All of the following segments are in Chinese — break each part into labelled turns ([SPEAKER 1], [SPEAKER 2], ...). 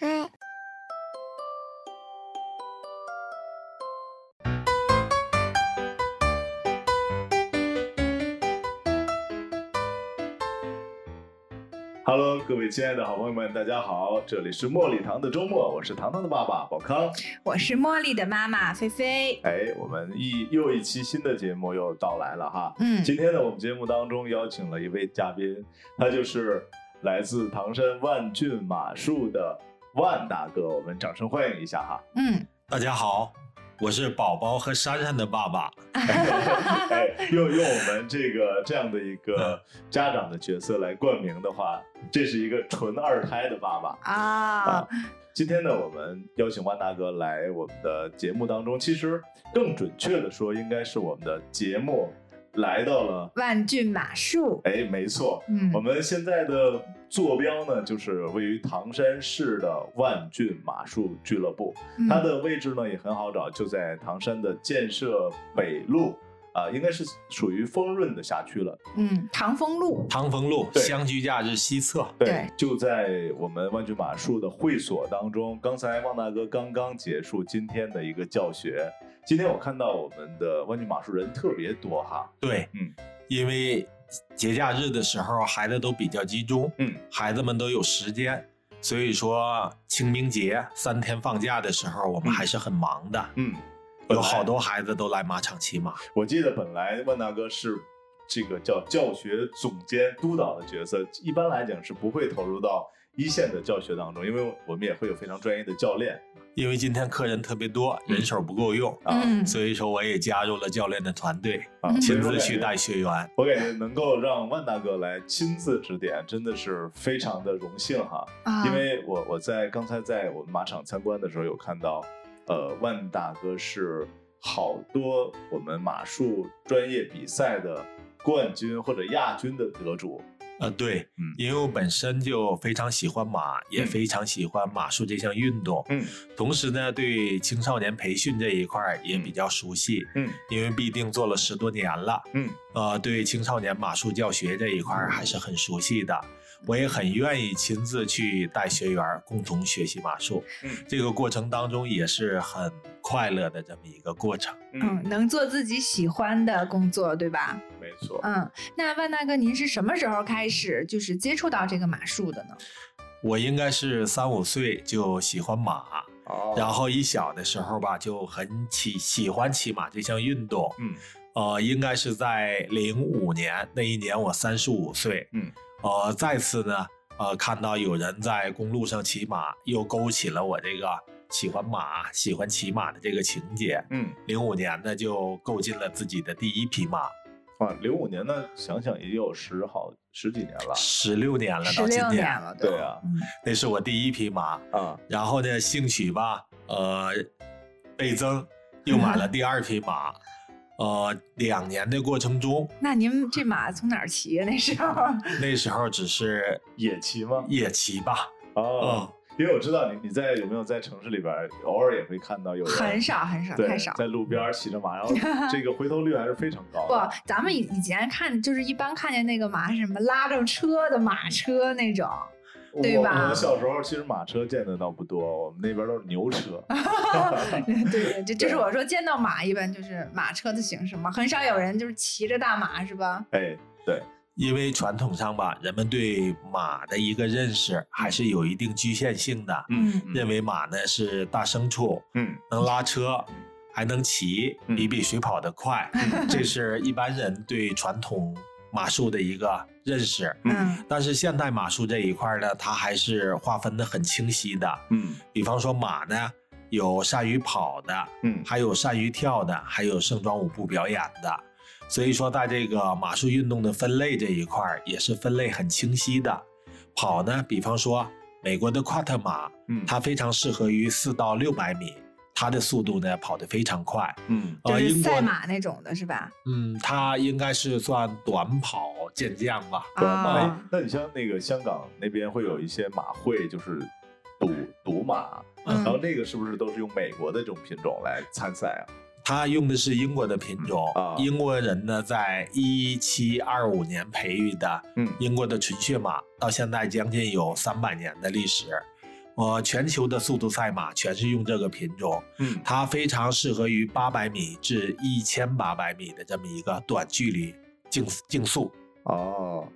[SPEAKER 1] 哎，
[SPEAKER 2] Hello，各位亲爱的好朋友们，大家好，这里是茉莉糖的周末，我是糖糖的爸爸宝康。
[SPEAKER 3] 我是茉莉的妈妈菲菲。
[SPEAKER 2] 哎，我们一又一期新的节目又到来了哈。
[SPEAKER 3] 嗯
[SPEAKER 2] 今天呢，我们节目当中邀请了一位嘉宾，他就是来自唐山万骏马术的万大哥，我们掌声欢迎一下 哈。
[SPEAKER 3] 嗯，
[SPEAKER 4] 大家好，我是宝宝和珊珊的爸爸。
[SPEAKER 2] 哎，用用我们这个这样的一个家长的角色来冠名的话，这是一个纯二胎的爸爸。
[SPEAKER 3] 啊，
[SPEAKER 2] 今天呢，我们邀请万大哥来我们的节目当中，其实更准确的说，应该是我们的节目来到了，
[SPEAKER 3] 万骏马术。
[SPEAKER 2] 哎，没错，
[SPEAKER 3] 嗯
[SPEAKER 2] 我们现在的坐标呢，就是位于唐山市的万骏马术俱乐部，
[SPEAKER 3] 嗯
[SPEAKER 2] 它的位置呢也很好找，就在唐山的建设北路。啊、应该是属于丰润的辖区了。
[SPEAKER 3] 嗯，唐风路。
[SPEAKER 4] 唐风路
[SPEAKER 2] 对
[SPEAKER 4] 乡居假日西侧，
[SPEAKER 3] 对
[SPEAKER 2] 就在我们万骏马术的会所当中。刚才汪大哥刚刚结束今天的一个教学，今天我看到我们的万骏马术人特别多哈，
[SPEAKER 4] 对，
[SPEAKER 2] 嗯，
[SPEAKER 4] 因为节假日的时候孩子都比较集中，
[SPEAKER 2] 嗯，
[SPEAKER 4] 孩子们都有时间，所以说清明节三天放假的时候，我们还是很忙的，
[SPEAKER 2] 嗯，
[SPEAKER 4] 有好多孩子都来马场骑马。
[SPEAKER 2] 我记得本来万大哥是这个叫教学总监督导的角色，一般来讲是不会投入到一线的教学当中，因为我们也会有非常专业的教练
[SPEAKER 4] 因为今天客人特别多，
[SPEAKER 2] 嗯
[SPEAKER 4] 人手不够用，
[SPEAKER 2] 啊、
[SPEAKER 3] 嗯，
[SPEAKER 4] 所以说我也加入了教练的团队，
[SPEAKER 2] 啊，
[SPEAKER 3] 嗯
[SPEAKER 2] 所以
[SPEAKER 4] 亲
[SPEAKER 2] 我
[SPEAKER 4] 自
[SPEAKER 2] 感
[SPEAKER 4] 去
[SPEAKER 2] 觉
[SPEAKER 4] 带学员。
[SPEAKER 2] 我感觉能够让万大哥来亲自指点，真的是非常的荣幸哈。
[SPEAKER 3] 啊
[SPEAKER 2] 因为我我在刚才在我们马场参观的时候有看到，呃，万大哥是好多我们马术专业比赛的冠军或者亚军的得主。
[SPEAKER 4] 呃，对
[SPEAKER 2] 嗯，
[SPEAKER 4] 因为我本身就非常喜欢马，也
[SPEAKER 2] 嗯
[SPEAKER 4] 非常喜欢马术这项运动。
[SPEAKER 2] 嗯
[SPEAKER 4] 同时呢，对青少年培训这一块儿也比较熟悉，
[SPEAKER 2] 嗯
[SPEAKER 4] 因为毕竟做了十多年了。
[SPEAKER 2] 嗯，
[SPEAKER 4] 呃，对青少年马术教学这一块儿还是很熟悉的。我也很愿意亲自去带学员儿共同学习马术，
[SPEAKER 2] 嗯
[SPEAKER 4] 这个过程当中也是很快乐的这么一个过程。
[SPEAKER 3] 嗯，能做自己喜欢的工作，对吧？
[SPEAKER 2] 没错。
[SPEAKER 3] 嗯，那万大哥，您是什么时候开始就是接触到这个马术的呢？
[SPEAKER 4] 我应该是三五岁就喜欢马，
[SPEAKER 2] 哦
[SPEAKER 4] 然后一小的时候吧，就很喜喜欢骑马这项运动。
[SPEAKER 2] 嗯，
[SPEAKER 4] 呃，应该是在零五年那一年，我三十五岁。
[SPEAKER 2] 嗯，
[SPEAKER 4] 呃，再次呢，呃，看到有人在公路上骑马，又勾起了我这个喜欢马、喜欢骑马的这个情节。
[SPEAKER 2] 嗯
[SPEAKER 4] 零五年呢，就购进了自己的第一匹马，
[SPEAKER 2] 啊，零五年呢，想想也有十好十几年了。
[SPEAKER 4] 十六年了，
[SPEAKER 3] 十
[SPEAKER 4] 到今
[SPEAKER 3] 六
[SPEAKER 4] 天，
[SPEAKER 3] 年了，
[SPEAKER 2] 对啊
[SPEAKER 3] 吧嗯
[SPEAKER 4] 那是我第一匹马。
[SPEAKER 2] 啊，
[SPEAKER 4] 然后呢，兴许吧，呃，倍增，又买 了第二匹马。呃，两年的过程中，
[SPEAKER 3] 那您这马从哪儿骑呀？那时候
[SPEAKER 4] 那时候只是
[SPEAKER 2] 野骑吗？
[SPEAKER 4] 夜骑吧，
[SPEAKER 2] 哦
[SPEAKER 4] 嗯，
[SPEAKER 2] 因为我知道你，你在有没有在城市里边儿偶尔也会看到有人
[SPEAKER 3] 很少很少
[SPEAKER 2] 对
[SPEAKER 3] 太少。
[SPEAKER 2] 在路边儿骑着马，然后 这个回头率还是非常高
[SPEAKER 3] 不
[SPEAKER 2] 的。，
[SPEAKER 3] 咱们以以前看就是一般看见那个马是什么拉着车的马车那种，对
[SPEAKER 2] 我
[SPEAKER 3] 吧
[SPEAKER 2] 我小时候其实马车见的倒不多，我们那边都是牛 车。
[SPEAKER 3] 对对，这就是
[SPEAKER 2] 对
[SPEAKER 3] 我说见到马一般就是马车的形式嘛，很少有人就是骑着大马是吧？
[SPEAKER 2] 哎，
[SPEAKER 4] 因为传统上吧，人们对马的一个认识还是有一定局限性的，
[SPEAKER 3] 嗯
[SPEAKER 4] 认为马呢是大牲畜，
[SPEAKER 2] 嗯
[SPEAKER 4] 能拉车，还能骑，
[SPEAKER 2] 嗯
[SPEAKER 4] 比比谁跑得快， 这是一般人对传统马术的一个认识。
[SPEAKER 3] 嗯
[SPEAKER 4] 但是现代马术这一块呢，它还是划分的很清晰的。
[SPEAKER 2] 嗯
[SPEAKER 4] 比方说马呢，有善于跑的，
[SPEAKER 2] 嗯
[SPEAKER 4] 还有善于跳的，还有盛装舞步表演的。所以说，在这个马术运动的分类这一块儿也是分类很清晰的。跑呢，比方说美国的夸特马，
[SPEAKER 2] 嗯，
[SPEAKER 4] 它非常适合于四到六百米。它的速度呢跑得非常快。
[SPEAKER 2] 嗯
[SPEAKER 3] 就
[SPEAKER 4] 呃，
[SPEAKER 3] 是
[SPEAKER 4] 英国
[SPEAKER 3] 赛马那种的是吧？
[SPEAKER 4] 嗯，它应该是算短跑健将吧。
[SPEAKER 2] 对那
[SPEAKER 3] 啊，
[SPEAKER 2] 嗯哎那你像那个香港那边会有一些马会，就是赌赌马，
[SPEAKER 3] 嗯
[SPEAKER 2] 然后那个是不是都是用美国的这种品种来参赛啊
[SPEAKER 4] 他用的是英国的品种，
[SPEAKER 2] 嗯啊
[SPEAKER 4] 英国人呢在一七二五年培育的
[SPEAKER 2] 啊？嗯
[SPEAKER 4] 英国的纯血马，到现在将近有三百年的历史。呃，全球的速度赛马全是用这个品种，
[SPEAKER 2] 嗯，
[SPEAKER 4] 它非常适合于八百米至一千八百米的这么一个短距离竞竞速。
[SPEAKER 2] 哦，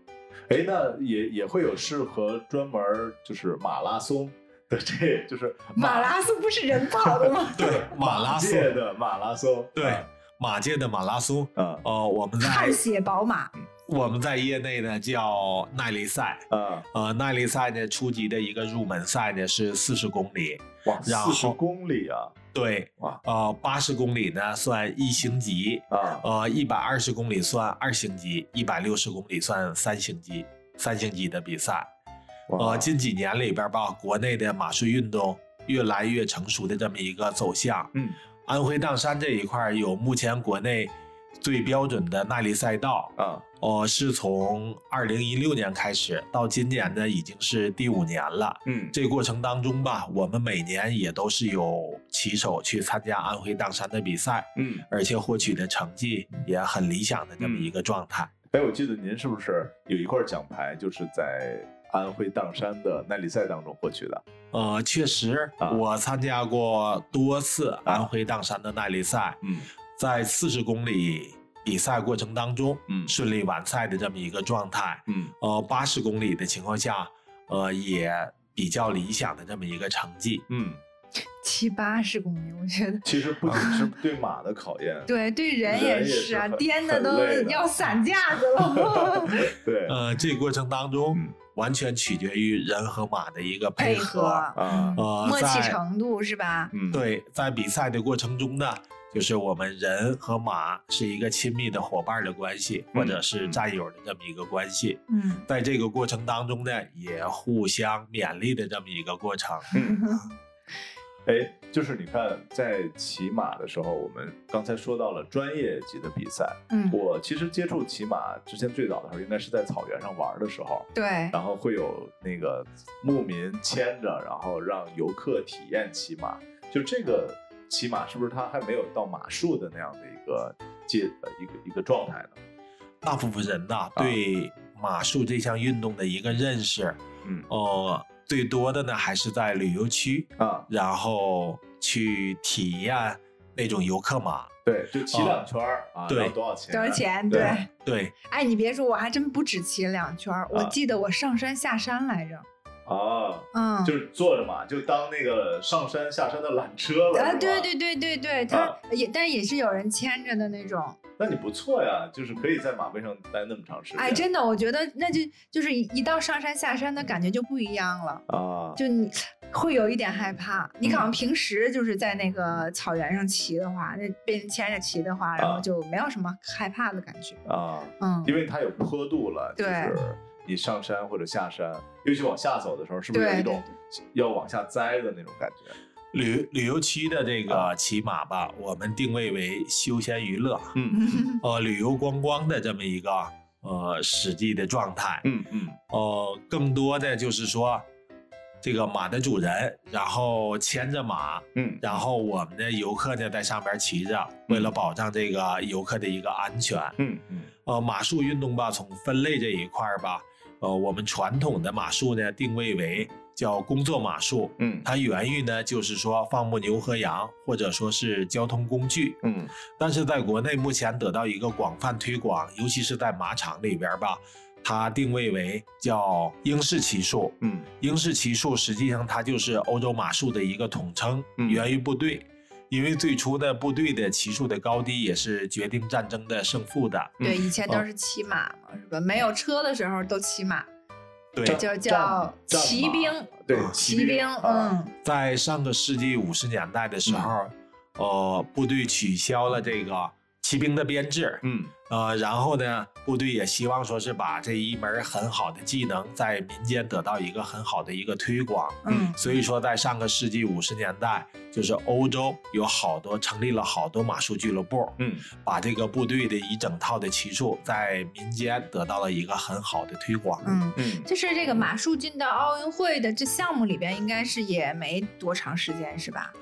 [SPEAKER 2] 哎，那也也会有适合专门儿就是马拉松的这，就是
[SPEAKER 3] 马拉松不是人跑的吗？
[SPEAKER 4] 对，马拉松，
[SPEAKER 2] 界的马拉松，
[SPEAKER 4] 对，啊马界的马拉松。
[SPEAKER 2] 啊
[SPEAKER 4] 呃，我们在
[SPEAKER 3] 汗血宝马，
[SPEAKER 4] 我们在业内呢叫耐力赛。
[SPEAKER 2] 啊，
[SPEAKER 4] 呃，耐力赛呢，初级的一个入门赛呢是四十公里，
[SPEAKER 2] 哇，
[SPEAKER 4] 然
[SPEAKER 2] 四十
[SPEAKER 4] 后
[SPEAKER 2] 公里啊，
[SPEAKER 4] 对，
[SPEAKER 2] 哇
[SPEAKER 4] 呃，八十公里呢算一星级，
[SPEAKER 2] 啊，
[SPEAKER 4] 呃，一百二十公里算二星级，一百六十公里算三星级，三星级的比赛。
[SPEAKER 2] 哇
[SPEAKER 4] 呃，近几年里边吧，国内的马术运动越来越成熟的这么一个走向，
[SPEAKER 2] 嗯
[SPEAKER 4] 安徽砀山这一块儿有目前国内最标准的耐力赛道，
[SPEAKER 2] 啊，
[SPEAKER 4] 呃，是从二零一六年开始，到今年呢已经是第五年了。
[SPEAKER 2] 嗯，
[SPEAKER 4] 这过程当中吧，我们每年也都是有骑手去参加安徽砀山的比赛，
[SPEAKER 2] 嗯，
[SPEAKER 4] 而且获取的成绩也很理想的这么一个状态。
[SPEAKER 2] 哎，我记得您是不是有一块奖牌，就是在安徽砀山的耐力赛当中获取的？
[SPEAKER 4] 呃，确实
[SPEAKER 2] 啊，
[SPEAKER 4] 我参加过多次安徽砀山的耐力赛，
[SPEAKER 2] 嗯
[SPEAKER 4] 在四十公里比赛过程当中，
[SPEAKER 2] 嗯
[SPEAKER 4] 顺利完赛的这么一个状态。
[SPEAKER 2] 嗯，
[SPEAKER 4] 呃，八十公里的情况下，呃，也比较理想的这么一个成绩。
[SPEAKER 2] 嗯，
[SPEAKER 3] 七八十公里，我觉得。
[SPEAKER 2] 其实不仅 是对马的考验，
[SPEAKER 3] 对，对人
[SPEAKER 2] 人也
[SPEAKER 3] 也
[SPEAKER 2] 是
[SPEAKER 3] 是啊，
[SPEAKER 2] 很
[SPEAKER 3] 颠
[SPEAKER 2] 很
[SPEAKER 3] 的都
[SPEAKER 2] 累的
[SPEAKER 3] 要散架子 了。
[SPEAKER 2] 对
[SPEAKER 4] 呃，这过程当中、
[SPEAKER 2] 嗯
[SPEAKER 4] 完全取决于人和马的一个
[SPEAKER 3] 配
[SPEAKER 4] 合。
[SPEAKER 3] 合，
[SPEAKER 2] 啊
[SPEAKER 4] 呃，
[SPEAKER 3] 默契
[SPEAKER 4] 在
[SPEAKER 3] 程度是吧？
[SPEAKER 2] 嗯，
[SPEAKER 4] 对，在比赛的过程中呢，就是我们人和马是一个亲密的伙伴的关系，
[SPEAKER 2] 嗯
[SPEAKER 4] 或者是战友的这么一个关系。
[SPEAKER 3] 嗯，
[SPEAKER 4] 在这个过程当中呢，也互相勉励的这么一个过程。
[SPEAKER 2] 哎，就是你看，在骑马的时候，我们刚才说到了专业级的比赛。
[SPEAKER 3] 嗯，
[SPEAKER 2] 我其实接触骑马之前最早的时候，应该是在草原上玩的时候，
[SPEAKER 3] 对，
[SPEAKER 2] 然后会有那个牧民牵着，然后让游客体验骑马。就这个骑马是不是它还没有到马术的那样的一个阶呃一个一个状态呢？
[SPEAKER 4] 大部分人
[SPEAKER 2] 啊
[SPEAKER 4] 呐，对马术这项运动的一个认识，
[SPEAKER 2] 嗯
[SPEAKER 4] 呃，最多的呢还是在旅游区，
[SPEAKER 2] 啊，
[SPEAKER 4] 然后去体验那种游客马。
[SPEAKER 2] 对，就骑
[SPEAKER 4] 哦
[SPEAKER 2] 两圈儿啊，
[SPEAKER 4] 对
[SPEAKER 2] 然后多少钱？
[SPEAKER 3] 多少？钱？
[SPEAKER 2] 对
[SPEAKER 3] 对，
[SPEAKER 4] 对，
[SPEAKER 3] 哎，你别说，我还真不止骑了两圈儿，我
[SPEAKER 2] 啊
[SPEAKER 3] 记得我上山下山来着。
[SPEAKER 2] 啊，
[SPEAKER 3] 嗯，
[SPEAKER 2] 就是坐着马，就当那个上山下山的缆车了。
[SPEAKER 3] 啊，
[SPEAKER 2] 是吧
[SPEAKER 3] 对对对对对，他
[SPEAKER 2] 啊
[SPEAKER 3] 也，但也是有人牵着的那种。
[SPEAKER 2] 那你不错呀，就是可以在马背上待那么长时间。
[SPEAKER 3] 哎，真的，我觉得那就就是一一到上山下山的感觉就不一样了，
[SPEAKER 2] 啊，
[SPEAKER 3] 就你会有一点害怕。你
[SPEAKER 2] 嗯
[SPEAKER 3] 好像平时就是在那个草原上骑的话，那被人牵着骑的话，然
[SPEAKER 2] 啊
[SPEAKER 3] 后就没有什么害怕的感觉。
[SPEAKER 2] 啊，
[SPEAKER 3] 嗯，
[SPEAKER 2] 因为它有坡度了，就
[SPEAKER 3] 对
[SPEAKER 2] 是你上山或者下山，尤其往下走的时候，是不是有
[SPEAKER 3] 对
[SPEAKER 2] 一种要往下栽的那种感觉？
[SPEAKER 4] 旅旅游区的这个骑马吧，我们定位为休闲娱乐，
[SPEAKER 2] 嗯
[SPEAKER 4] 呃，旅游观光的这么一个呃实际的状态。
[SPEAKER 2] 嗯嗯
[SPEAKER 4] 呃，更多的就是说，这个马的主人，然后牵着马，
[SPEAKER 2] 嗯
[SPEAKER 4] 然后我们的游客呢在上边骑着，为了保障这个游客的一个安全。
[SPEAKER 2] 嗯嗯
[SPEAKER 4] 呃，马术运动吧，从分类这一块儿吧，呃，我们传统的马术呢定位为叫工作马术，
[SPEAKER 2] 嗯
[SPEAKER 4] 它源于呢就是说放牧牛和羊，或者说是交通工具。
[SPEAKER 2] 嗯
[SPEAKER 4] 但是在国内目前得到一个广泛推广，尤其是在马场里边儿吧，它定位为叫英式骑术。
[SPEAKER 2] 嗯
[SPEAKER 4] 英式骑术实际上它就是欧洲马术的一个统称，
[SPEAKER 2] 嗯
[SPEAKER 4] 源于部队。因为最初呢，部队的骑术的高低也是决定战争的胜负的。
[SPEAKER 3] 对，以
[SPEAKER 2] 嗯
[SPEAKER 3] 前
[SPEAKER 4] 哦
[SPEAKER 3] 都是骑马嘛，是吧？没有车的时候都骑马，
[SPEAKER 4] 对，
[SPEAKER 3] 就
[SPEAKER 2] 战
[SPEAKER 3] 叫
[SPEAKER 2] 战
[SPEAKER 3] 骑
[SPEAKER 2] 马
[SPEAKER 3] 兵，
[SPEAKER 2] 对
[SPEAKER 4] 啊
[SPEAKER 3] 骑兵，
[SPEAKER 2] 啊
[SPEAKER 3] 嗯，
[SPEAKER 4] 在
[SPEAKER 2] 嗯
[SPEAKER 4] 上个世纪五十年代的时候，呃，部队取消了这个骑兵的编制，
[SPEAKER 2] 嗯
[SPEAKER 4] 呃，然后呢，部队也希望说是把这一门很好的技能在民间得到一个很好的一个推广。
[SPEAKER 3] 嗯
[SPEAKER 4] 所以说，在上个世纪五十年代，就是欧洲有好多成立了好多马术俱乐部，
[SPEAKER 2] 嗯
[SPEAKER 4] 把这个部队的一整套的骑术在民间得到了一个很好的推广。
[SPEAKER 3] 嗯，
[SPEAKER 2] 嗯，
[SPEAKER 3] 就是这个马术进到奥运会的这项目里边，应该是也没多长时间是吧？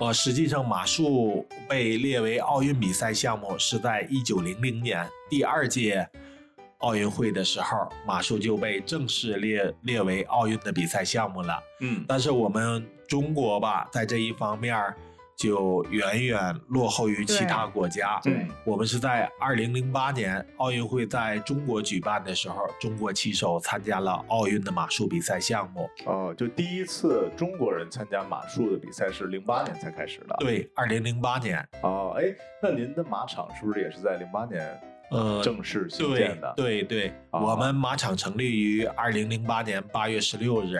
[SPEAKER 4] 呃，实际上马术被列为奥运比赛项目是在一九零零年第二届奥运会的时候，马术就被正式列列为奥运的比赛项目了。
[SPEAKER 2] 嗯
[SPEAKER 4] 但是我们中国吧，在这一方面儿就远远落后于其他国家。
[SPEAKER 3] 对
[SPEAKER 2] 嗯
[SPEAKER 4] 我们是在二零零八年奥运会在中国举办的时候，中国骑手参加了奥运的马术比赛项目。
[SPEAKER 2] 哦，就第一次中国人参加马术的比赛是零八年才开始的。
[SPEAKER 4] 对，二零零八年，
[SPEAKER 2] 哦，哎，那您的马场是不是也是在零八年
[SPEAKER 4] 呃，
[SPEAKER 2] 正式兴
[SPEAKER 4] 对
[SPEAKER 2] 建的？
[SPEAKER 4] 对对，
[SPEAKER 2] 啊
[SPEAKER 4] 我们马场成立于二零零八年八月十六日。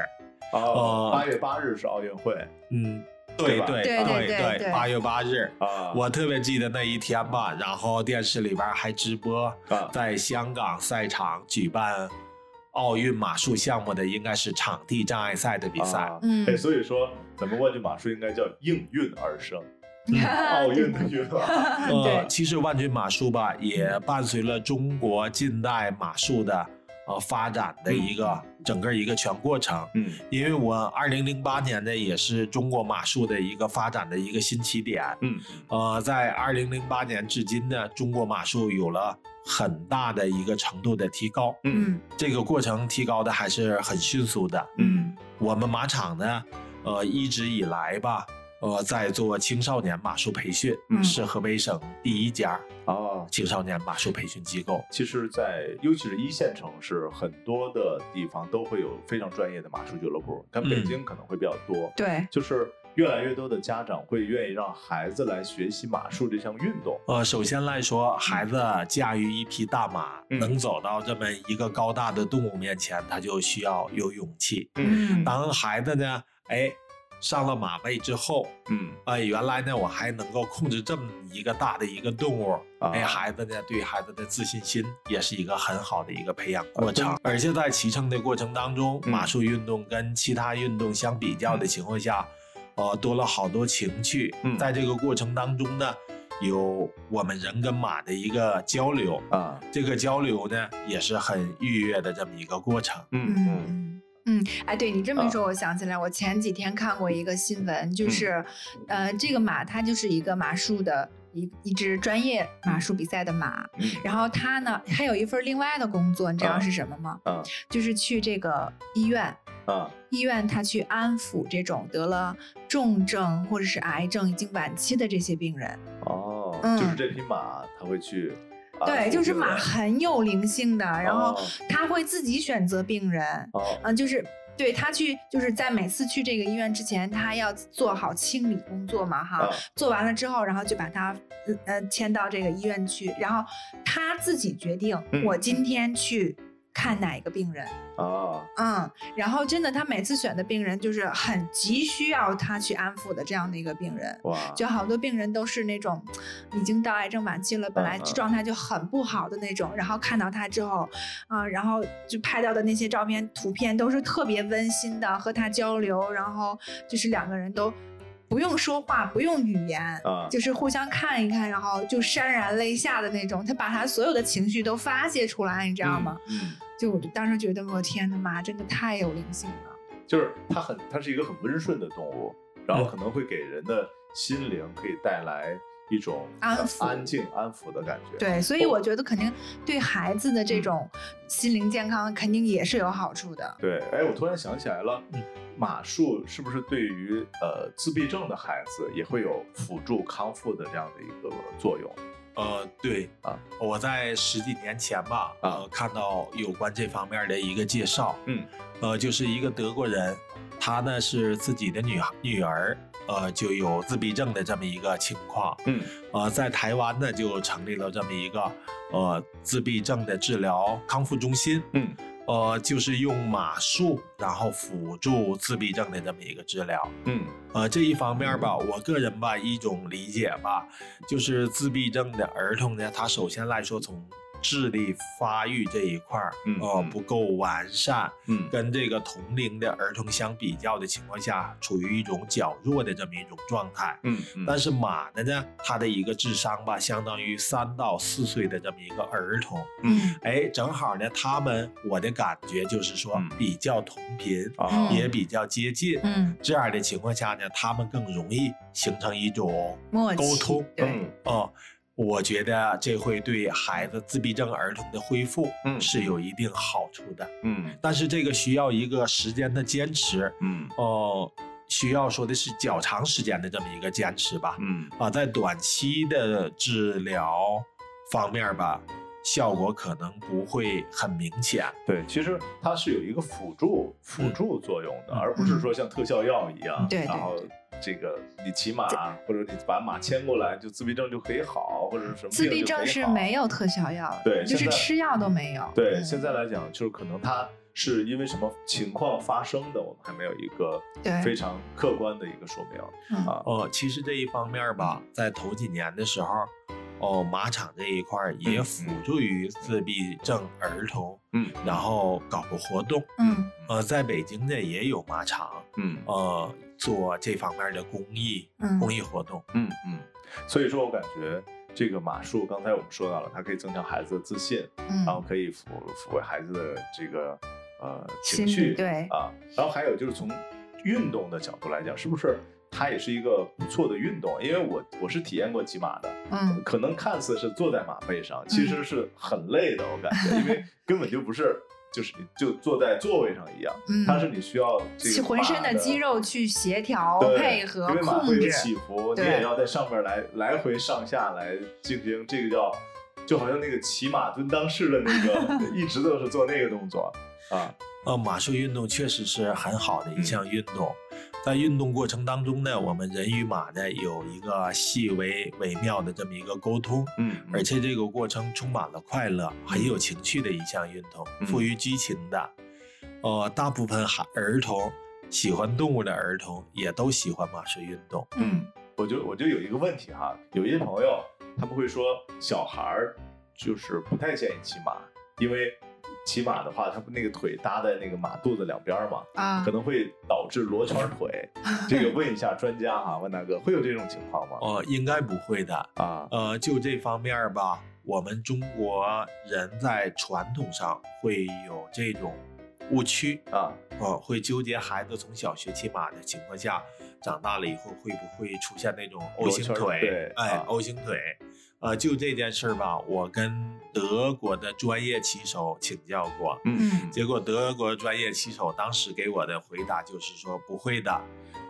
[SPEAKER 2] 哦，
[SPEAKER 4] 呃
[SPEAKER 2] 八月八日是奥运会
[SPEAKER 4] 嗯，对
[SPEAKER 2] 对吧
[SPEAKER 4] 对
[SPEAKER 3] 对对对对
[SPEAKER 4] 对，八月八日。
[SPEAKER 2] 啊，
[SPEAKER 4] 我特别记得那一天吧，然后电视里边还直播
[SPEAKER 2] 啊，
[SPEAKER 4] 在香港赛场举办奥运马术项目的，应该是场地障碍赛的比赛。
[SPEAKER 2] 啊
[SPEAKER 3] 嗯
[SPEAKER 2] 哎，所以说咱们万郡马术应该叫应运而 生，嗯奥运的运啊，
[SPEAKER 4] 呃，
[SPEAKER 3] 嗯对，
[SPEAKER 4] 其实万郡马术吧，也伴随了中国近代马术的呃发展的一个、整个一个全过程。
[SPEAKER 2] 嗯
[SPEAKER 4] 因为我二零零八年呢，也是中国马术的一个发展的一个新起点。
[SPEAKER 2] 嗯
[SPEAKER 4] 呃，在二零零八年至今呢，中国马术有了很大的一个程度的提高。
[SPEAKER 3] 嗯
[SPEAKER 4] 这个过程提高的还是很迅速的。
[SPEAKER 3] 嗯
[SPEAKER 4] 我们马场呢，呃，一直以来吧，呃，在做青少年马术培训，
[SPEAKER 3] 嗯
[SPEAKER 4] 是河北省第一家
[SPEAKER 2] 哦，
[SPEAKER 4] 青少年马术培训机构。
[SPEAKER 2] 其实在，尤其是一线城市，很多的地方都会有非常专业的马术俱乐部，但北
[SPEAKER 4] 嗯
[SPEAKER 2] 京可能会比较多。
[SPEAKER 3] 对，
[SPEAKER 2] 就是越来越多的家长会愿意让孩子来学习马术这项运动。
[SPEAKER 4] 呃，首先来说，孩子啊驾驭一匹大马，
[SPEAKER 2] 嗯
[SPEAKER 4] 能走到这么一个高大的动物面前，他就需要有勇气。
[SPEAKER 3] 嗯
[SPEAKER 4] 当孩子呢，哎，上了马位之后，
[SPEAKER 2] 嗯
[SPEAKER 4] 哎，原来呢，我还能够控制这么一个大的一个动物，
[SPEAKER 2] 啊
[SPEAKER 4] 哎，孩子呢，对孩子的自信心也是一个很好的一个培养过程。而且在骑乘的过程当中，
[SPEAKER 2] 啊嗯
[SPEAKER 4] 马术运动跟其他运动相比较的情况下，呃，多了好多情趣。
[SPEAKER 2] 嗯
[SPEAKER 4] 在这个过程当中呢，有我们人跟马的一个交流，
[SPEAKER 2] 啊
[SPEAKER 4] 这个交流呢，也是很愉悦的这么一个过程。
[SPEAKER 2] 嗯
[SPEAKER 3] 嗯嗯，哎，对你这么一说，我想起来，我前几天看过一个新闻，就是，呃，这个马它就是一个马术的一一只专业马术比赛的马，
[SPEAKER 2] 嗯
[SPEAKER 3] 然后它呢还有一份另外的工作，你知道
[SPEAKER 2] 啊
[SPEAKER 3] 是什么吗？
[SPEAKER 2] 啊
[SPEAKER 3] 就是去这个医院，
[SPEAKER 2] 啊
[SPEAKER 3] 医院它去安抚这种得了重症或者是癌症已经晚期的这些病人。
[SPEAKER 2] 哦，
[SPEAKER 3] 嗯
[SPEAKER 2] 就是这匹马，它会去啊
[SPEAKER 3] 对，就是
[SPEAKER 2] 负责
[SPEAKER 3] 马
[SPEAKER 2] 人
[SPEAKER 3] 很有灵性的，然后
[SPEAKER 2] 哦
[SPEAKER 3] 它会自己选择病人。
[SPEAKER 2] 哦
[SPEAKER 3] 嗯，就是对他去，就是在每次去这个医院之前，他要做好清理工作嘛，哈，
[SPEAKER 2] 啊
[SPEAKER 3] 做完了之后，然后就把他呃呃迁到这个医院去，然后他自己决定
[SPEAKER 2] 嗯
[SPEAKER 3] 我今天去看哪个病人，
[SPEAKER 2] 啊
[SPEAKER 3] 嗯，然后真的他每次选的病人就是很急需要他去安抚的这样的一个病人。
[SPEAKER 2] 哇，啊
[SPEAKER 3] 就好多病人都是那种已经到癌症晚期了，本来
[SPEAKER 2] 嗯嗯
[SPEAKER 3] 状态就很不好的那种，然后看到他之后，啊、然后就拍到的那些照片、图片都是特别温馨的，和他交流，然后就是两个人都不用说话，不用语言。
[SPEAKER 2] 啊
[SPEAKER 3] 就是互相看一看，然后就潸然泪下的那种，他把他所有的情绪都发泄出来，你知道吗？？
[SPEAKER 2] 嗯
[SPEAKER 3] 就我就当时觉得，我天呐妈，真的太有灵性了。
[SPEAKER 2] 嗯就是它很，它是一个很温顺的动物，然后可能会给人的心灵可以带来一种
[SPEAKER 3] 安
[SPEAKER 2] 呃
[SPEAKER 3] 抚
[SPEAKER 2] 安静、安抚的感觉。
[SPEAKER 3] 对，所以我觉得肯定对孩子的
[SPEAKER 2] 嗯
[SPEAKER 3] 这种心灵健康肯定也是有好处的。
[SPEAKER 2] 对，哎，我突然想起来了
[SPEAKER 4] 嗯，
[SPEAKER 2] 马术是不是对于呃自闭症的孩子也会有辅助康复的这样的一个作用？
[SPEAKER 4] 呃，对
[SPEAKER 2] 啊，
[SPEAKER 4] 我在十几年前吧，
[SPEAKER 2] 啊
[SPEAKER 4] 呃，看到有关这方面的一个介绍，
[SPEAKER 2] 嗯，
[SPEAKER 4] 呃，就是一个德国人，他呢是自己的女女儿，呃，就有自闭症的这么一个情况，
[SPEAKER 2] 嗯
[SPEAKER 4] 呃，在台湾呢就成立了这么一个呃自闭症的治疗康复中心，
[SPEAKER 2] 嗯
[SPEAKER 4] 呃，就是用马术然后辅助自闭症的这么一个治疗。
[SPEAKER 2] 嗯
[SPEAKER 4] 呃，这一方面吧，我个人吧一种理解吧，就是自闭症的儿童呢，他首先来说从智力发育这一块儿，
[SPEAKER 2] 嗯
[SPEAKER 4] 呃
[SPEAKER 2] 嗯，
[SPEAKER 4] 不够完善，
[SPEAKER 2] 嗯
[SPEAKER 4] 跟这个同龄的儿童相比较的情况下，处于一种较弱的这么一种状态。
[SPEAKER 2] 嗯嗯，
[SPEAKER 4] 但是马的呢，它的一个智商吧，相当于三到四岁的这么一个儿童，
[SPEAKER 3] 嗯
[SPEAKER 4] 哎，正好呢，他们我的感觉就是说
[SPEAKER 2] 嗯
[SPEAKER 4] 比较同频，
[SPEAKER 2] 啊，
[SPEAKER 4] 也比较接近，
[SPEAKER 3] 嗯，
[SPEAKER 4] 这样的情况下呢，他们更容易形成一种
[SPEAKER 3] 默契
[SPEAKER 4] 沟通。
[SPEAKER 2] 嗯
[SPEAKER 3] 对，
[SPEAKER 4] 哦、我觉得啊这会对孩子自闭症儿童的恢复
[SPEAKER 2] 嗯
[SPEAKER 4] 是有一定好处的，
[SPEAKER 2] 嗯
[SPEAKER 4] 但是这个需要一个时间的坚持，
[SPEAKER 2] 嗯
[SPEAKER 4] 哦、需要说的是较长时间的这么一个坚持吧。
[SPEAKER 2] 嗯
[SPEAKER 4] 啊，在短期的治疗方面吧，效果可能不会很明显。
[SPEAKER 2] 对，其实它是有一个辅助辅助作用的，
[SPEAKER 4] 嗯
[SPEAKER 2] 而不是说像特效药一样，
[SPEAKER 3] 嗯对对
[SPEAKER 2] 然后这个你骑马或者你把马牵过来，就自闭症就可以好，或者是什么
[SPEAKER 3] 自闭症是没
[SPEAKER 2] 有。
[SPEAKER 3] 有特效药的，
[SPEAKER 2] 对
[SPEAKER 3] 就是
[SPEAKER 2] 现在
[SPEAKER 3] 吃药都没有。
[SPEAKER 2] 对，
[SPEAKER 3] 嗯
[SPEAKER 2] 现在来讲就是可能它是因为什么情况发生的，我们还没有一个
[SPEAKER 3] 对
[SPEAKER 2] 非常客观的一个说明
[SPEAKER 3] 嗯
[SPEAKER 2] 啊。
[SPEAKER 4] 呃，其实这一方面吧，在头几年的时候，哦，马场这一块儿也
[SPEAKER 2] 嗯
[SPEAKER 4] 辅助于自闭症儿童，
[SPEAKER 2] 嗯
[SPEAKER 4] 然后搞过活动。
[SPEAKER 3] 嗯
[SPEAKER 4] 呃，在北京呢也有马场，
[SPEAKER 2] 嗯
[SPEAKER 4] 呃，做这方面的公益、
[SPEAKER 3] 嗯
[SPEAKER 4] 公益活动。
[SPEAKER 2] 嗯嗯，所以说我感觉这个马术，刚才我们说到了，它可以增强孩子的自信，
[SPEAKER 3] 嗯
[SPEAKER 2] 然后可以抚抚慰孩子的这个呃情
[SPEAKER 3] 心理
[SPEAKER 2] 绪，
[SPEAKER 3] 对
[SPEAKER 2] 啊，然后还有就是从运动的角度来讲，是不是它也是一个不错的运动？因为我我是体验过骑马的，
[SPEAKER 3] 嗯
[SPEAKER 2] 可能看似是坐在马背上，其实是很累的，我感觉，因为根本就不是就是你就坐在座位上一样，
[SPEAKER 3] 嗯，
[SPEAKER 2] 它是你需要这个
[SPEAKER 3] 浑身
[SPEAKER 2] 马
[SPEAKER 3] 的肌肉去协调
[SPEAKER 2] 对
[SPEAKER 3] 配合
[SPEAKER 2] 因为马
[SPEAKER 3] 控
[SPEAKER 2] 会有
[SPEAKER 3] 制，
[SPEAKER 2] 起伏，你
[SPEAKER 3] 对
[SPEAKER 2] 也要在上面来来回上下来进行这个叫，就好像那个骑马蹲裆式的那 个，一直都是做那个动作啊，
[SPEAKER 4] 呃，马术运动确实是很好的一
[SPEAKER 2] 嗯
[SPEAKER 4] 项运动。在运动过程当中呢，我们人与马呢有一个细微微妙的这么一个沟通，
[SPEAKER 2] 嗯
[SPEAKER 4] 而且这个过程充满了快乐，很有情趣的一项运动，
[SPEAKER 2] 嗯
[SPEAKER 4] 富于激情的。呃，大部分孩儿童喜欢动物的儿童也都喜欢马术运动。
[SPEAKER 3] 嗯
[SPEAKER 2] 我就我就有一个问题哈，有一些朋友他们会说小孩儿就是不太建议骑马，因为骑马的话，他们那个腿搭在那个马肚子两边儿嘛，
[SPEAKER 3] 啊
[SPEAKER 2] 可，能会导致罗圈腿。这个问一下专家哈，万大哥会有这种情况吗？
[SPEAKER 4] 呃，应该不会的。
[SPEAKER 2] 啊，
[SPEAKER 4] 呃，就这方面儿吧，我们中国人在传统上会有这种误区。
[SPEAKER 2] 啊，
[SPEAKER 4] 呃，会纠结孩子从小学骑马的情况下，长大了以后会不会出现那种 O
[SPEAKER 2] 罗
[SPEAKER 4] 型
[SPEAKER 2] 圈儿
[SPEAKER 4] 腿
[SPEAKER 2] 对？
[SPEAKER 4] 哎
[SPEAKER 2] 啊
[SPEAKER 4] ，O 型腿。呃，就这件事儿吧，我跟德国的专业骑手请教过，
[SPEAKER 3] 嗯
[SPEAKER 4] 结果德国专业骑手当时给我的回答就是说不会的，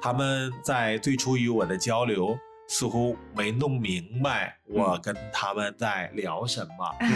[SPEAKER 4] 他们在最初与我的交流似乎没弄明白
[SPEAKER 2] 嗯
[SPEAKER 4] 我跟他们在聊什 么。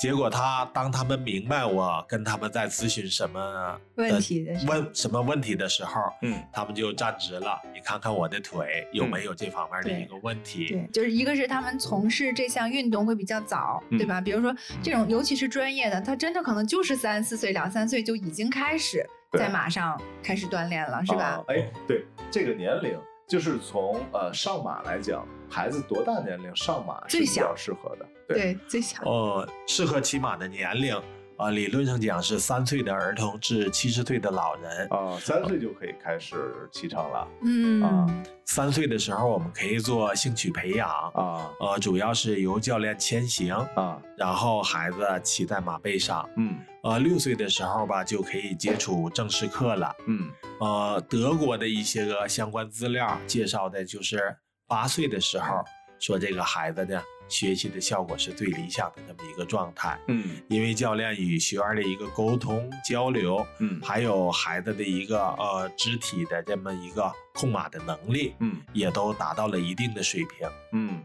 [SPEAKER 4] 结果他当他们明白我跟他们在咨询什么
[SPEAKER 3] 问题的时候
[SPEAKER 4] 问什么问题的时候，
[SPEAKER 2] 嗯
[SPEAKER 4] 他们就站直了。你看看我的腿有没有这方面的
[SPEAKER 3] 嗯
[SPEAKER 4] 一个问题？
[SPEAKER 3] 对，就是一个是他们从事这项运动会比较早，对吧？比如说这种，尤其是专业的，他真的可能就是三四岁、两三岁就已经开始
[SPEAKER 2] 对
[SPEAKER 3] 在马上开始锻炼了，是吧
[SPEAKER 2] 啊？哎、对，这个年龄就是从呃上马来讲，孩子多大年龄上马是
[SPEAKER 3] 最
[SPEAKER 2] 比
[SPEAKER 3] 小
[SPEAKER 2] 较适合的。，
[SPEAKER 3] 对，哦最小
[SPEAKER 4] 呃，适合骑马的年龄啊、理论上讲是三岁的儿童至七十岁的老人。
[SPEAKER 2] 啊，三岁就可以开始骑乘了
[SPEAKER 3] 嗯
[SPEAKER 2] 啊
[SPEAKER 4] 三岁的时候，我们可以做兴趣培养，
[SPEAKER 2] 啊
[SPEAKER 4] 呃，主要是由教练牵行，
[SPEAKER 2] 啊，
[SPEAKER 4] 然后孩子骑在马背上。
[SPEAKER 2] 嗯
[SPEAKER 4] 呃，六岁的时候吧，就可以接触正式课了。
[SPEAKER 2] 嗯
[SPEAKER 4] 呃，德国的一些个相关资料介绍的，就是八岁的时候，说这个孩子呢，学习的效果是最理想的这么一个状态，
[SPEAKER 2] 嗯
[SPEAKER 4] 因为教练与学员的一个沟通交流，
[SPEAKER 2] 嗯
[SPEAKER 4] 还有孩子的一个呃肢体的这么一个控马的能力，
[SPEAKER 2] 嗯
[SPEAKER 4] 也都达到了一定的水平。
[SPEAKER 2] 嗯。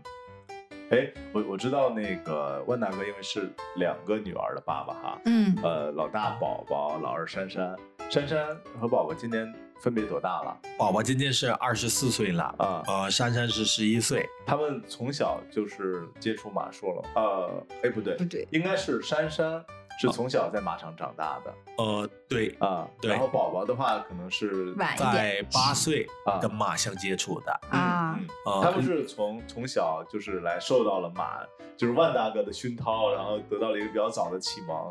[SPEAKER 2] 哎，我我知道那个万大哥，因为是两个女儿的爸爸哈，
[SPEAKER 3] 嗯，
[SPEAKER 2] 呃，老大宝宝，老二珊珊，珊珊和宝宝今年分别多大了
[SPEAKER 4] 宝宝今年是二十四岁了，
[SPEAKER 2] 啊？
[SPEAKER 4] 呃，珊珊是十一岁，
[SPEAKER 2] 他们从小就是接触马术了，呃，哎，不对
[SPEAKER 3] 不，对，
[SPEAKER 2] 应该是珊珊是从小在马场长大的
[SPEAKER 4] 呃，对，
[SPEAKER 2] 啊。
[SPEAKER 4] 对
[SPEAKER 2] 然后宝宝的话，可能是
[SPEAKER 3] 晚一点
[SPEAKER 4] 在八岁
[SPEAKER 2] 啊
[SPEAKER 4] 跟马相接触的，
[SPEAKER 3] 啊
[SPEAKER 2] 嗯，嗯
[SPEAKER 4] 呃，
[SPEAKER 2] 他们是从从小就是来受到了马，就是万大哥的熏陶，然后得到了一个比较早的启蒙。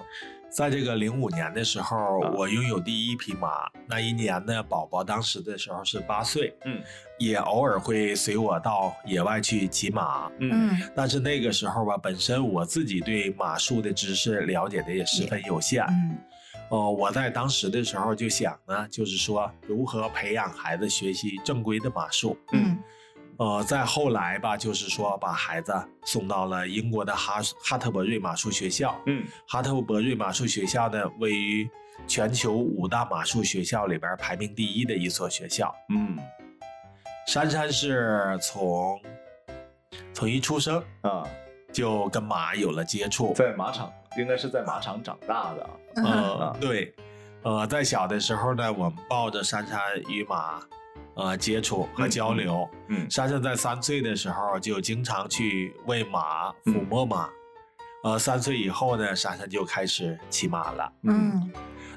[SPEAKER 4] 在这个零五年的时候
[SPEAKER 2] 啊，
[SPEAKER 4] 我拥有第一匹马。那一年呢，宝宝当时的时候是八岁，
[SPEAKER 2] 嗯，
[SPEAKER 4] 也偶尔会随我到野外去骑马。
[SPEAKER 3] 嗯
[SPEAKER 4] 但是那个时候吧，本身我自己对马术的知识了解的也十分有限。
[SPEAKER 3] 嗯
[SPEAKER 4] 呃，我在当时的时候就想呢，就是说如何培养孩子学习正规的马术。
[SPEAKER 3] 嗯
[SPEAKER 4] 呃，再后来吧，就是说把孩子送到了英国的哈哈特伯瑞马术学校。
[SPEAKER 2] 嗯
[SPEAKER 4] 哈特伯瑞马术学校呢，位于全球五大马术学校里边排名第一的一所学校。
[SPEAKER 2] 嗯
[SPEAKER 4] 珊珊是从从一出生
[SPEAKER 2] 啊，
[SPEAKER 4] 就跟马有了接触，
[SPEAKER 2] 在马场应该是在马场长大的啊。
[SPEAKER 3] 嗯
[SPEAKER 4] 呃，对，呃，在小的时候呢，我们抱着珊珊与马呃接触和交流。
[SPEAKER 2] 嗯
[SPEAKER 4] 珊珊在三岁的时候就经常去喂马、抚摸马。呃，三岁以后呢，珊珊就开始骑马了。
[SPEAKER 3] 嗯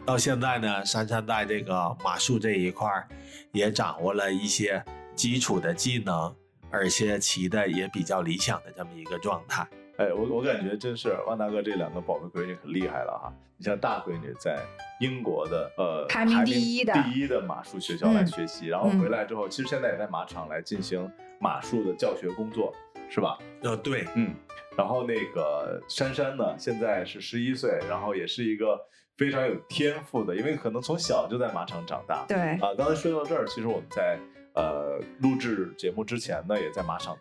[SPEAKER 4] 到现在呢，珊珊在这个马术这一块儿也掌握了一些基础的技能，而且骑的也比较理想的这么一个状态。
[SPEAKER 2] 哎，我我感觉真是万大哥这两个宝贝闺女很厉害了哈！你像大闺女在英国的呃
[SPEAKER 3] 排名第一的
[SPEAKER 2] 第一的马术学校来学习，然后
[SPEAKER 3] 嗯
[SPEAKER 2] 回来之后，其实现在也在马场来进行马术的教学工作，是吧？
[SPEAKER 4] 呃，对，
[SPEAKER 2] 嗯。然后那个珊珊呢，现在是十一岁，然后也是一个非常有天赋的，因为可能从小就在马场长大。
[SPEAKER 3] 对，
[SPEAKER 2] 啊，刚才说到这儿，其实我们在呃录制节目之前呢，也在马场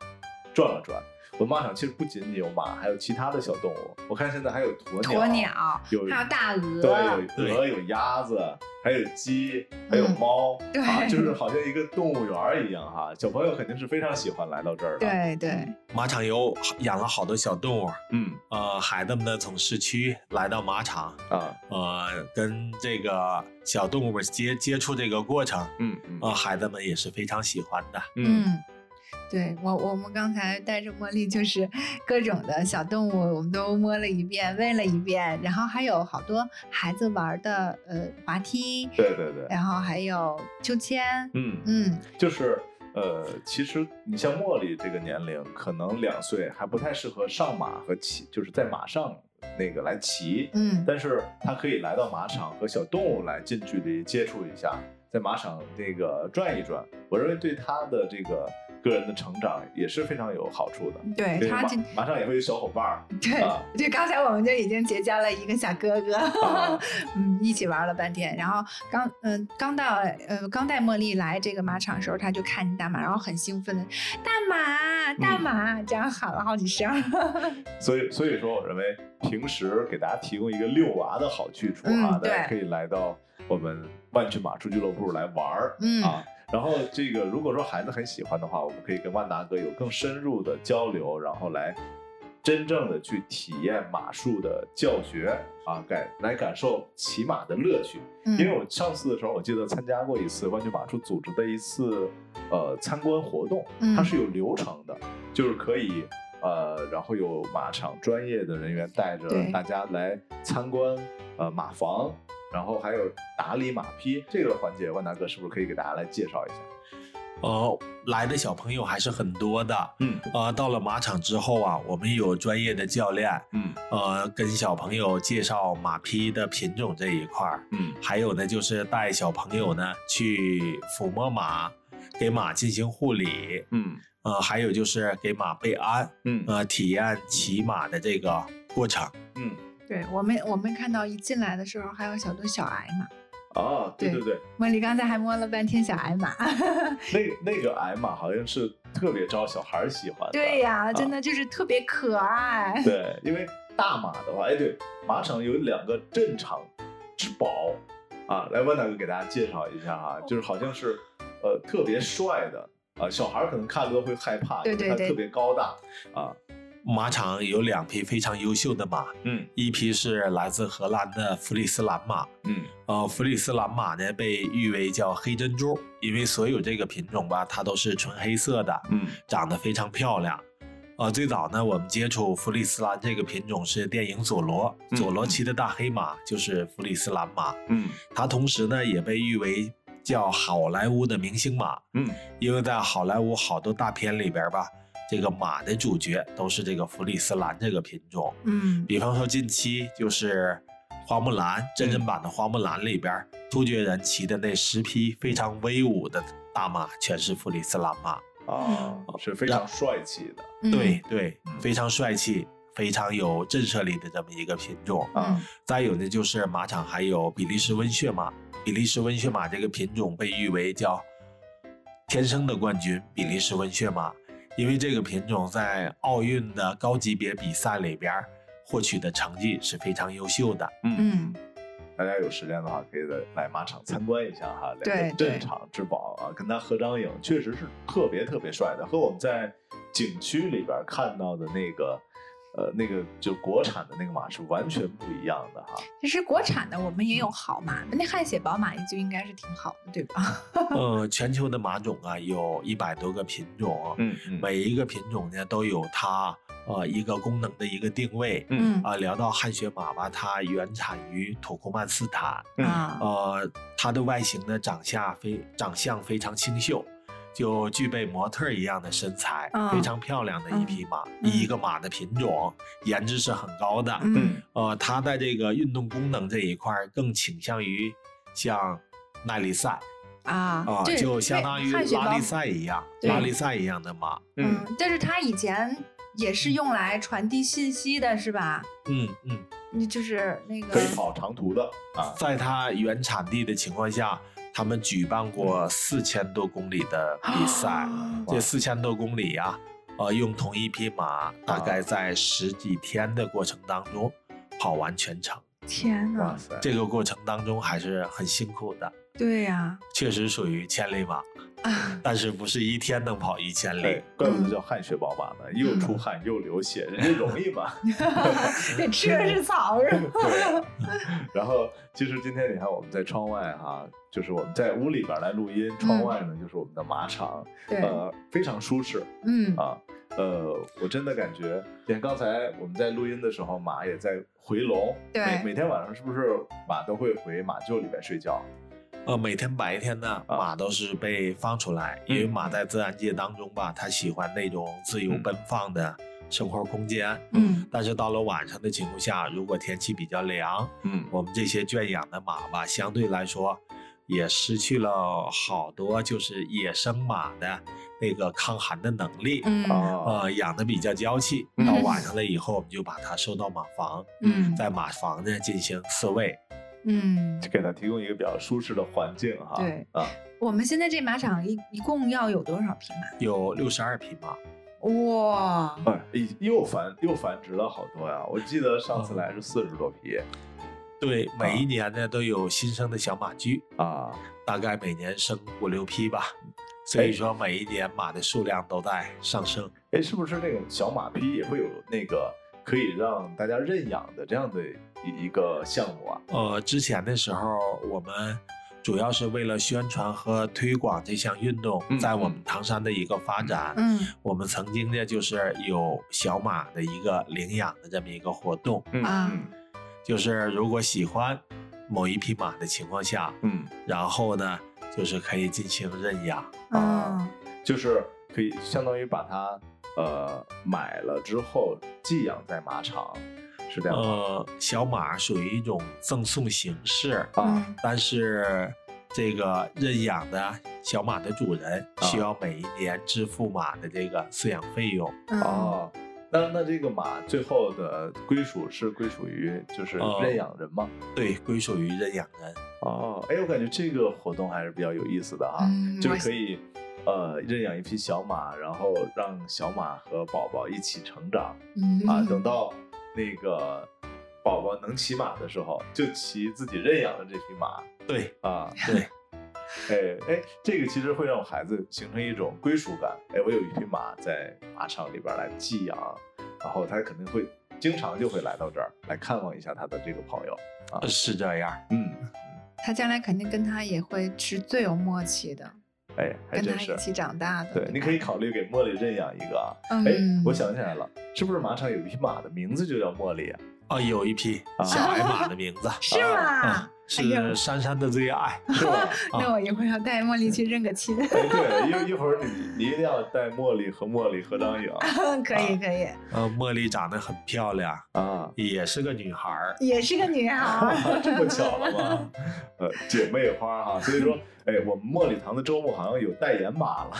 [SPEAKER 2] 转了转。我们马场其实不仅仅有马，还有其他的小动物。我看现在还有鸵鸟，
[SPEAKER 3] 鸵鸟
[SPEAKER 2] 有
[SPEAKER 3] 还有大鹅，
[SPEAKER 2] 对，有鹅，有鸭子，还有鸡，还有猫，
[SPEAKER 3] 嗯对
[SPEAKER 2] 啊，就是好像一个动物园儿一样哈。小朋友肯定是非常喜欢来到这儿的。，
[SPEAKER 3] 对对，
[SPEAKER 4] 马场有养了好多小动物，
[SPEAKER 2] 嗯
[SPEAKER 4] 呃，孩子们呢从市区来到马场，
[SPEAKER 2] 啊，
[SPEAKER 4] 呃，跟这个小动物们接接触这个过程，
[SPEAKER 2] 嗯嗯
[SPEAKER 4] 呃，孩子们也是非常喜欢的。
[SPEAKER 2] 嗯
[SPEAKER 3] 嗯，对我，我们刚才带着茉莉，就是 各种的小动物，我们都摸了一遍，喂了一遍，然后还有好多孩子玩的呃滑梯，
[SPEAKER 2] 对对对，
[SPEAKER 3] 然后还有秋千，
[SPEAKER 2] 嗯，
[SPEAKER 3] 嗯
[SPEAKER 2] 就是。呃，其实你像茉莉这个年龄，可能两岁还不太适合上马和骑，就是在马上那个来骑，
[SPEAKER 3] 嗯，
[SPEAKER 2] 但是它可以来到马场和小动物来近距离接触一下，在马场那个转一转，我认为对他的这个个人的成长也是非常有好处的。
[SPEAKER 3] 对
[SPEAKER 2] 对
[SPEAKER 3] 他
[SPEAKER 2] 马
[SPEAKER 3] 就
[SPEAKER 2] 马上也会有小伙伴儿
[SPEAKER 3] 哎对
[SPEAKER 2] 啊，
[SPEAKER 3] 就刚才我们就已经结交了一个小哥哥，
[SPEAKER 2] 啊
[SPEAKER 3] 嗯，一起玩了半天。然后刚嗯、刚到呃刚带茉莉来这个马场的时候，他就看见大马，然后很兴奋的大马大
[SPEAKER 2] 嗯啊
[SPEAKER 3] 马、这样喊了好几声。
[SPEAKER 2] 所以所以说，我认为平时给大家提供一个遛娃的好去处啊，
[SPEAKER 3] 嗯对
[SPEAKER 2] 大家可以来到我们万郡马术俱乐部来玩儿、
[SPEAKER 3] 嗯
[SPEAKER 2] 啊。然后这个如果说孩子很喜欢的话，我们可以跟万达哥有更深入的交流，然后来真正的去体验马术的教学啊，感来感受骑马的乐趣。因
[SPEAKER 3] 嗯
[SPEAKER 2] 为我上次的时候，我记得参加过一次万郡马术组织的一次呃参观活动，
[SPEAKER 3] 嗯
[SPEAKER 2] 它是有流程的，就是可以呃，然后有马场专业的人员带着
[SPEAKER 3] 对
[SPEAKER 2] 大家来参观呃马房，然后还有打理马匹这个环节，万达哥是不是可以给大家来介绍一下？
[SPEAKER 4] 呃，来的小朋友还是很多的。
[SPEAKER 2] 嗯
[SPEAKER 4] 呃，到了马场之后啊，我们有专业的教练，
[SPEAKER 2] 嗯
[SPEAKER 4] 呃，跟小朋友介绍马匹的品种这一块儿，
[SPEAKER 2] 嗯
[SPEAKER 4] 还有呢，就是带小朋友呢去抚摸马，给马进行护理，
[SPEAKER 2] 嗯
[SPEAKER 4] 呃，还有就是给马备鞍，
[SPEAKER 2] 嗯
[SPEAKER 4] 呃，体验骑马的这个过程。
[SPEAKER 2] 嗯
[SPEAKER 3] 对我们，我们看到一进来的时候还有小多小矮马，
[SPEAKER 2] 啊，对
[SPEAKER 3] 对
[SPEAKER 2] 对对，
[SPEAKER 3] 茉莉刚才还摸了半天小矮马。
[SPEAKER 2] 那那个矮马好像是特别招小孩儿喜欢的，
[SPEAKER 3] 对呀、真的就是特别可爱。
[SPEAKER 2] 对，因为大马的话，哎，对，马场有两个镇场之宝啊，来，万大哥给大家介绍一下哈、就是好像是呃特别帅的啊，小孩儿可能看了都会害怕，
[SPEAKER 3] 对
[SPEAKER 2] 因为
[SPEAKER 3] 对
[SPEAKER 2] 它
[SPEAKER 3] 对
[SPEAKER 2] 特别高大啊，
[SPEAKER 4] 马场有两匹非常优秀的马，
[SPEAKER 2] 嗯
[SPEAKER 4] 一匹是来自荷兰的弗里斯兰马，
[SPEAKER 2] 嗯
[SPEAKER 4] 呃，弗里斯兰马呢被誉为叫黑珍珠，因为所有这个品种吧，它都是纯黑色的，
[SPEAKER 2] 嗯
[SPEAKER 4] 长得非常漂亮。呃，最早呢，我们接触弗利斯兰这个品种是电影《佐罗》，
[SPEAKER 2] 嗯
[SPEAKER 4] 佐罗骑的大黑马就是弗利斯兰马，
[SPEAKER 2] 嗯
[SPEAKER 4] 它同时呢也被誉为叫好莱坞的明星马，
[SPEAKER 2] 嗯
[SPEAKER 4] 因为在好莱坞好多大片里边吧，这个马的主角都是这个弗利斯兰这个品种。
[SPEAKER 3] 嗯
[SPEAKER 4] 比方说近期就是《花木兰》真
[SPEAKER 3] 嗯
[SPEAKER 4] 人版的《花木兰》里边，突厥人骑的那十匹非常威武的大马，全是弗里斯兰马。
[SPEAKER 2] 啊，是非常帅气的
[SPEAKER 3] 嗯
[SPEAKER 4] 对对，非常帅气，非常有震慑力的这么一个品种。
[SPEAKER 3] 嗯
[SPEAKER 2] 啊，
[SPEAKER 4] 再有呢，就是马场还有比利时温血马，比利时温血马这个品种被誉为叫天生的冠军，比利时温血马，因为这个品种在奥运的高级别比赛里边儿获取的成绩是非常优秀的。
[SPEAKER 3] 嗯
[SPEAKER 2] 大家有时间的话，可以来来马场参观一下哈，两
[SPEAKER 3] 对
[SPEAKER 2] 个
[SPEAKER 3] 对
[SPEAKER 2] 镇场之宝啊，跟他合张影，确实是特别特别帅的，和我们在景区里边看到的那个，呃，那个就国产的那个马是完全不一样的哈。
[SPEAKER 3] 其实国产的我们也有好马，那汗血宝马也就应该是挺好的，对吧？
[SPEAKER 4] 呃，全球的马种啊，有一百多个品种，啊
[SPEAKER 2] 嗯嗯
[SPEAKER 4] 每一个品种呢都有它呃一个功能的一个定位。
[SPEAKER 2] 嗯
[SPEAKER 4] 啊，聊到汗血马吧，它原产于土库曼斯坦，
[SPEAKER 2] 嗯
[SPEAKER 3] 啊，
[SPEAKER 4] 呃，它的外形呢，长相非长相非常清秀，就具备模特儿一样的身材，
[SPEAKER 3] 嗯
[SPEAKER 4] 非常漂亮的一匹马，
[SPEAKER 3] 嗯
[SPEAKER 4] 一个马的品种，颜值是很高的。
[SPEAKER 3] 嗯
[SPEAKER 4] 呃，它在这个运动功能这一块儿更倾向于像耐力赛
[SPEAKER 3] 啊
[SPEAKER 4] 啊、
[SPEAKER 3] 这
[SPEAKER 4] 就相当于
[SPEAKER 3] 汗血
[SPEAKER 4] 拉
[SPEAKER 3] 宝
[SPEAKER 4] 力赛一样，
[SPEAKER 3] 对
[SPEAKER 4] 拉力赛一样的马。
[SPEAKER 3] 嗯，但是它以前也是用来传递信息的，是吧？
[SPEAKER 4] 嗯嗯，
[SPEAKER 3] 你就是那个
[SPEAKER 2] 可以跑长途的啊，
[SPEAKER 4] 在它原产地的情况下，他们举办过四千多公里的比赛。
[SPEAKER 3] 啊
[SPEAKER 4] 这四千多公里啊，呃，用同一匹马，
[SPEAKER 2] 啊
[SPEAKER 4] 大概在十几天的过程当中跑完全程。
[SPEAKER 3] 天
[SPEAKER 2] 哇
[SPEAKER 3] 呐，
[SPEAKER 2] 塞，
[SPEAKER 4] 这个过程当中还是很辛苦的，
[SPEAKER 3] 对呀、
[SPEAKER 4] 确实属于千里马，
[SPEAKER 3] 啊，
[SPEAKER 4] 但是不是一天能跑一千
[SPEAKER 2] 哎
[SPEAKER 4] 里。，
[SPEAKER 2] 怪
[SPEAKER 3] 嗯
[SPEAKER 2] 不得叫汗血宝马呢，又出汗又流血，人家容易 吗？
[SPEAKER 3] 得吃的是草是吧？
[SPEAKER 2] 对。然后，其实今天你看我们在窗外哈、就是我们在屋里边来录音，
[SPEAKER 3] 嗯
[SPEAKER 2] 窗外呢就是我们的马场，
[SPEAKER 3] 对，
[SPEAKER 2] 呃，非常舒适
[SPEAKER 3] 嗯
[SPEAKER 2] 啊。呃，我真的感觉，你看刚才我们在录音的时候，马也在回笼。
[SPEAKER 3] 对
[SPEAKER 4] 哎
[SPEAKER 2] 每每天晚上是不是马都会回马厩里边睡觉？
[SPEAKER 4] 呃，每天白天呢，
[SPEAKER 2] 啊
[SPEAKER 4] 马都是被放出来，因为马在自然界当中吧，它喜欢那种自由
[SPEAKER 2] 嗯
[SPEAKER 4] 奔放的生活空间。
[SPEAKER 3] 嗯
[SPEAKER 4] 但是到了晚上的情况下，如果天气比较凉，
[SPEAKER 2] 嗯
[SPEAKER 4] 我们这些圈养的马吧，相对来说也失去了好多就是野生马的那个抗寒的能力。
[SPEAKER 3] 嗯
[SPEAKER 2] 啊，
[SPEAKER 4] 呃，养的比较娇气，
[SPEAKER 2] 嗯
[SPEAKER 4] 到晚上了以后，我们就把它收到马房，
[SPEAKER 3] 嗯
[SPEAKER 4] 在马房呢进行饲喂。
[SPEAKER 3] 嗯，
[SPEAKER 2] 给它提供一个比较舒适的环境哈。
[SPEAKER 3] 对
[SPEAKER 2] 啊，
[SPEAKER 3] 我们现在这马场一一共要有多少匹马？
[SPEAKER 4] 有六十二匹马，
[SPEAKER 3] 哇，
[SPEAKER 2] 哎，又繁又繁殖了好多呀！我记得上次来是四十多匹
[SPEAKER 4] 对，每一年呢都有新生的小马驹，
[SPEAKER 2] 啊，
[SPEAKER 4] 大概每年生五六匹吧，所以说每一年马的数量都在上升。
[SPEAKER 2] 哎，是不是那种小马匹也会有那个可以让大家认养的这样的一一个项目啊？
[SPEAKER 4] 呃，之前的时候，我们主要是为了宣传和推广这项运动
[SPEAKER 2] 嗯
[SPEAKER 4] 在我们唐山的一个发展。
[SPEAKER 3] 嗯
[SPEAKER 4] 我们曾经呢，就是有小马的一个领养的这么一个活动，
[SPEAKER 2] 嗯
[SPEAKER 3] 啊
[SPEAKER 4] 就是如果喜欢某一匹马的情况下，
[SPEAKER 2] 嗯，
[SPEAKER 4] 然后呢，就是可以进行认养。
[SPEAKER 2] 啊
[SPEAKER 3] 啊
[SPEAKER 2] 就是可以相当于把它呃买了之后寄养在马场，是这样吗？
[SPEAKER 4] 呃，小马属于一种赠送形式，
[SPEAKER 3] 嗯
[SPEAKER 2] 啊，
[SPEAKER 4] 但是这个认养的小马的主人
[SPEAKER 2] 啊
[SPEAKER 4] 需要每一年支付马的这个饲养费用。
[SPEAKER 3] 嗯
[SPEAKER 2] 哦。那那这个马最后的归属是归属于就是
[SPEAKER 4] 哦
[SPEAKER 2] 认养人吗？
[SPEAKER 4] 对，归属于认养人。
[SPEAKER 2] 哦，哎，我感觉这个活动还是比较有意思的啊，
[SPEAKER 3] 嗯
[SPEAKER 2] 就是
[SPEAKER 3] 我
[SPEAKER 2] 可以呃认养一匹小马，然后让小马和宝宝一起成长
[SPEAKER 3] 嗯
[SPEAKER 2] 啊，等到那个宝宝能骑马的时候，就骑自己认养的这匹马
[SPEAKER 4] 对
[SPEAKER 2] 啊。
[SPEAKER 4] 对，
[SPEAKER 2] 哎哎，这个其实会让孩子形成一种归属感。哎，我有一匹马在马场里边来寄养，然后他肯定会经常就会来到这儿来看望一下他的这个朋友。
[SPEAKER 4] 是这样。
[SPEAKER 2] 嗯，
[SPEAKER 3] 他将来肯定跟他也会是最有默契的。
[SPEAKER 2] 哎，还
[SPEAKER 3] 跟
[SPEAKER 2] 真
[SPEAKER 3] 他
[SPEAKER 2] 是
[SPEAKER 3] 一。起长大的。
[SPEAKER 2] 对，你可以考虑给茉莉认养一个啊。哎、
[SPEAKER 3] 嗯
[SPEAKER 2] 我想起来了，是不是马场有匹马的名字就叫茉 莉啊？
[SPEAKER 4] 啊，有一匹小矮马的名字
[SPEAKER 3] 是吗
[SPEAKER 4] 啊？，
[SPEAKER 3] 哎呦
[SPEAKER 4] 是珊珊的最爱。
[SPEAKER 2] 是吧？
[SPEAKER 3] 那我一会儿要带茉莉去认个亲。
[SPEAKER 2] 哎，对，一一会儿你你一定要带茉莉和茉莉合张啊影
[SPEAKER 3] 可以可以，
[SPEAKER 4] 呃，茉莉长得很漂亮，
[SPEAKER 2] 啊。
[SPEAKER 4] 也是个女孩儿。
[SPEAKER 3] 也是个女孩 儿。
[SPEAKER 2] 这么巧了吗？呃，姐妹花哈、所以说，哎，我们茉莉堂的周末好像有代言马了。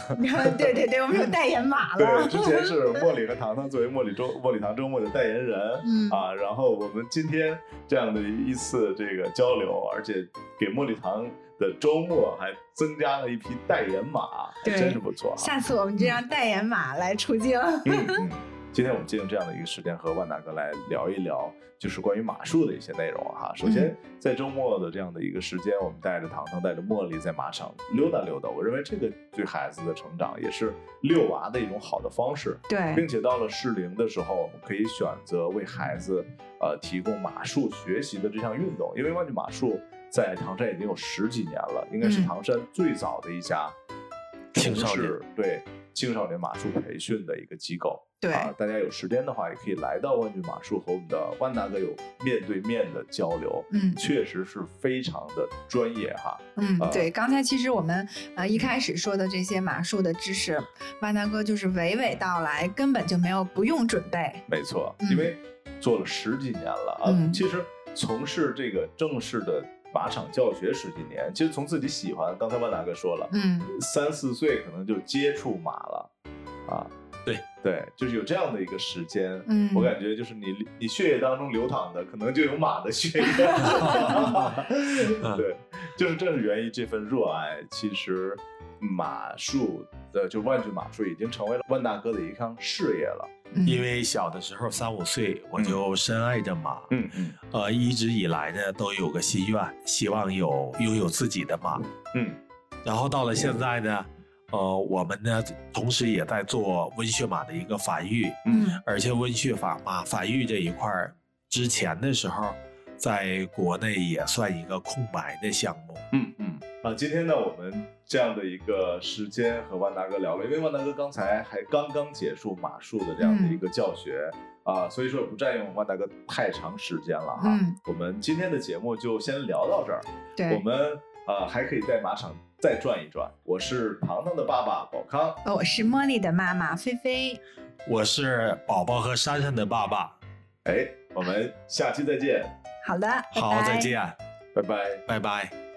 [SPEAKER 3] 对对对，我们有代言马
[SPEAKER 2] 对，
[SPEAKER 3] 了。
[SPEAKER 2] 之前是茉莉和糖糖作为茉莉周茉莉堂周末的代言人，
[SPEAKER 3] 嗯
[SPEAKER 2] 啊，然后我们今天这样的一次这个交流，而且给茉莉堂的周末还增加了一匹代言马，还
[SPEAKER 3] 对
[SPEAKER 2] 真是不错啊哈、
[SPEAKER 3] 下次我们就让代言马来出镜。
[SPEAKER 2] 嗯嗯，今天我们借用这样的一个时间和万大哥来聊一聊，就是关于马术的一些内容
[SPEAKER 3] 嗯
[SPEAKER 2] 哈。首先，在周末的这样的一个时间，我们带着糖糖，带着茉莉在马场溜达溜达，我认为这个对孩子的成长也是遛娃的一种好的方式。
[SPEAKER 3] 对
[SPEAKER 2] 并且到了适龄的时候，我们可以选择为孩子呃提供马术学习的这项运动，因为万骏马术在唐山已经有十几年了，应该是
[SPEAKER 3] 嗯
[SPEAKER 2] 唐山最早的一家
[SPEAKER 4] 青少
[SPEAKER 2] 从
[SPEAKER 4] 年
[SPEAKER 2] 事对青少年马术培训的一个机构。
[SPEAKER 3] 对
[SPEAKER 2] 啊，大家有时间的话，也可以来到万骏马术和我们的万大哥有面对面的交流，
[SPEAKER 3] 嗯
[SPEAKER 2] 确实是非常的专业哈。
[SPEAKER 3] 嗯
[SPEAKER 2] 啊，
[SPEAKER 3] 对，刚才其实我们呃一开始说的这些马术的知识，万大哥就是娓娓道来，根本就没有不用准备。
[SPEAKER 2] 没错，
[SPEAKER 3] 嗯
[SPEAKER 2] 因为做了十几年了啊。
[SPEAKER 3] 嗯
[SPEAKER 2] 其实从事这个正式的马场教学十几年，其实从自己喜欢，刚才万大哥说了，
[SPEAKER 3] 嗯，
[SPEAKER 2] 三四岁可能就接触马了啊。
[SPEAKER 4] 对
[SPEAKER 2] 对，就是有这样的一个时间。
[SPEAKER 3] 嗯
[SPEAKER 2] 我感觉就是你你血液当中流淌的，可能就有马的血液。 对，就是正是源于这份热爱，其实马术的就万骏马术已经成为了万大哥的一项事业了。
[SPEAKER 3] 嗯
[SPEAKER 4] 因为小的时候三五岁，我就深爱着马。
[SPEAKER 2] 嗯嗯
[SPEAKER 4] 呃，一直以来呢，都有个心愿，希望有拥有自己的马。
[SPEAKER 2] 嗯。
[SPEAKER 4] 然后到了现在呢，呃，我们呢，同时也在做温血马的一个繁育，
[SPEAKER 3] 嗯
[SPEAKER 4] 而且温血法马繁育这一块儿，之前的时候，在国内也算一个空白的项目。
[SPEAKER 2] 嗯，嗯，啊，今天呢，我们这样的一个时间和万达哥聊了，因为万达哥刚才还刚刚结束马术的这样的
[SPEAKER 3] 嗯
[SPEAKER 2] 一个教学、啊，所以说也不占用万达哥太长时间了哈。
[SPEAKER 3] 嗯
[SPEAKER 2] 我们今天的节目就先聊到这儿，我
[SPEAKER 3] 对，
[SPEAKER 2] 们啊还可以在马场再转一转。我是糖糖的爸爸宝康，
[SPEAKER 3] 哦我是茉莉的妈妈菲菲，
[SPEAKER 4] 我是宝宝和珊珊的爸爸。
[SPEAKER 2] 哎，我们下期再见，
[SPEAKER 3] 好的，拜
[SPEAKER 4] 好，
[SPEAKER 3] 拜
[SPEAKER 4] 再见，
[SPEAKER 2] 拜拜。
[SPEAKER 4] 拜拜。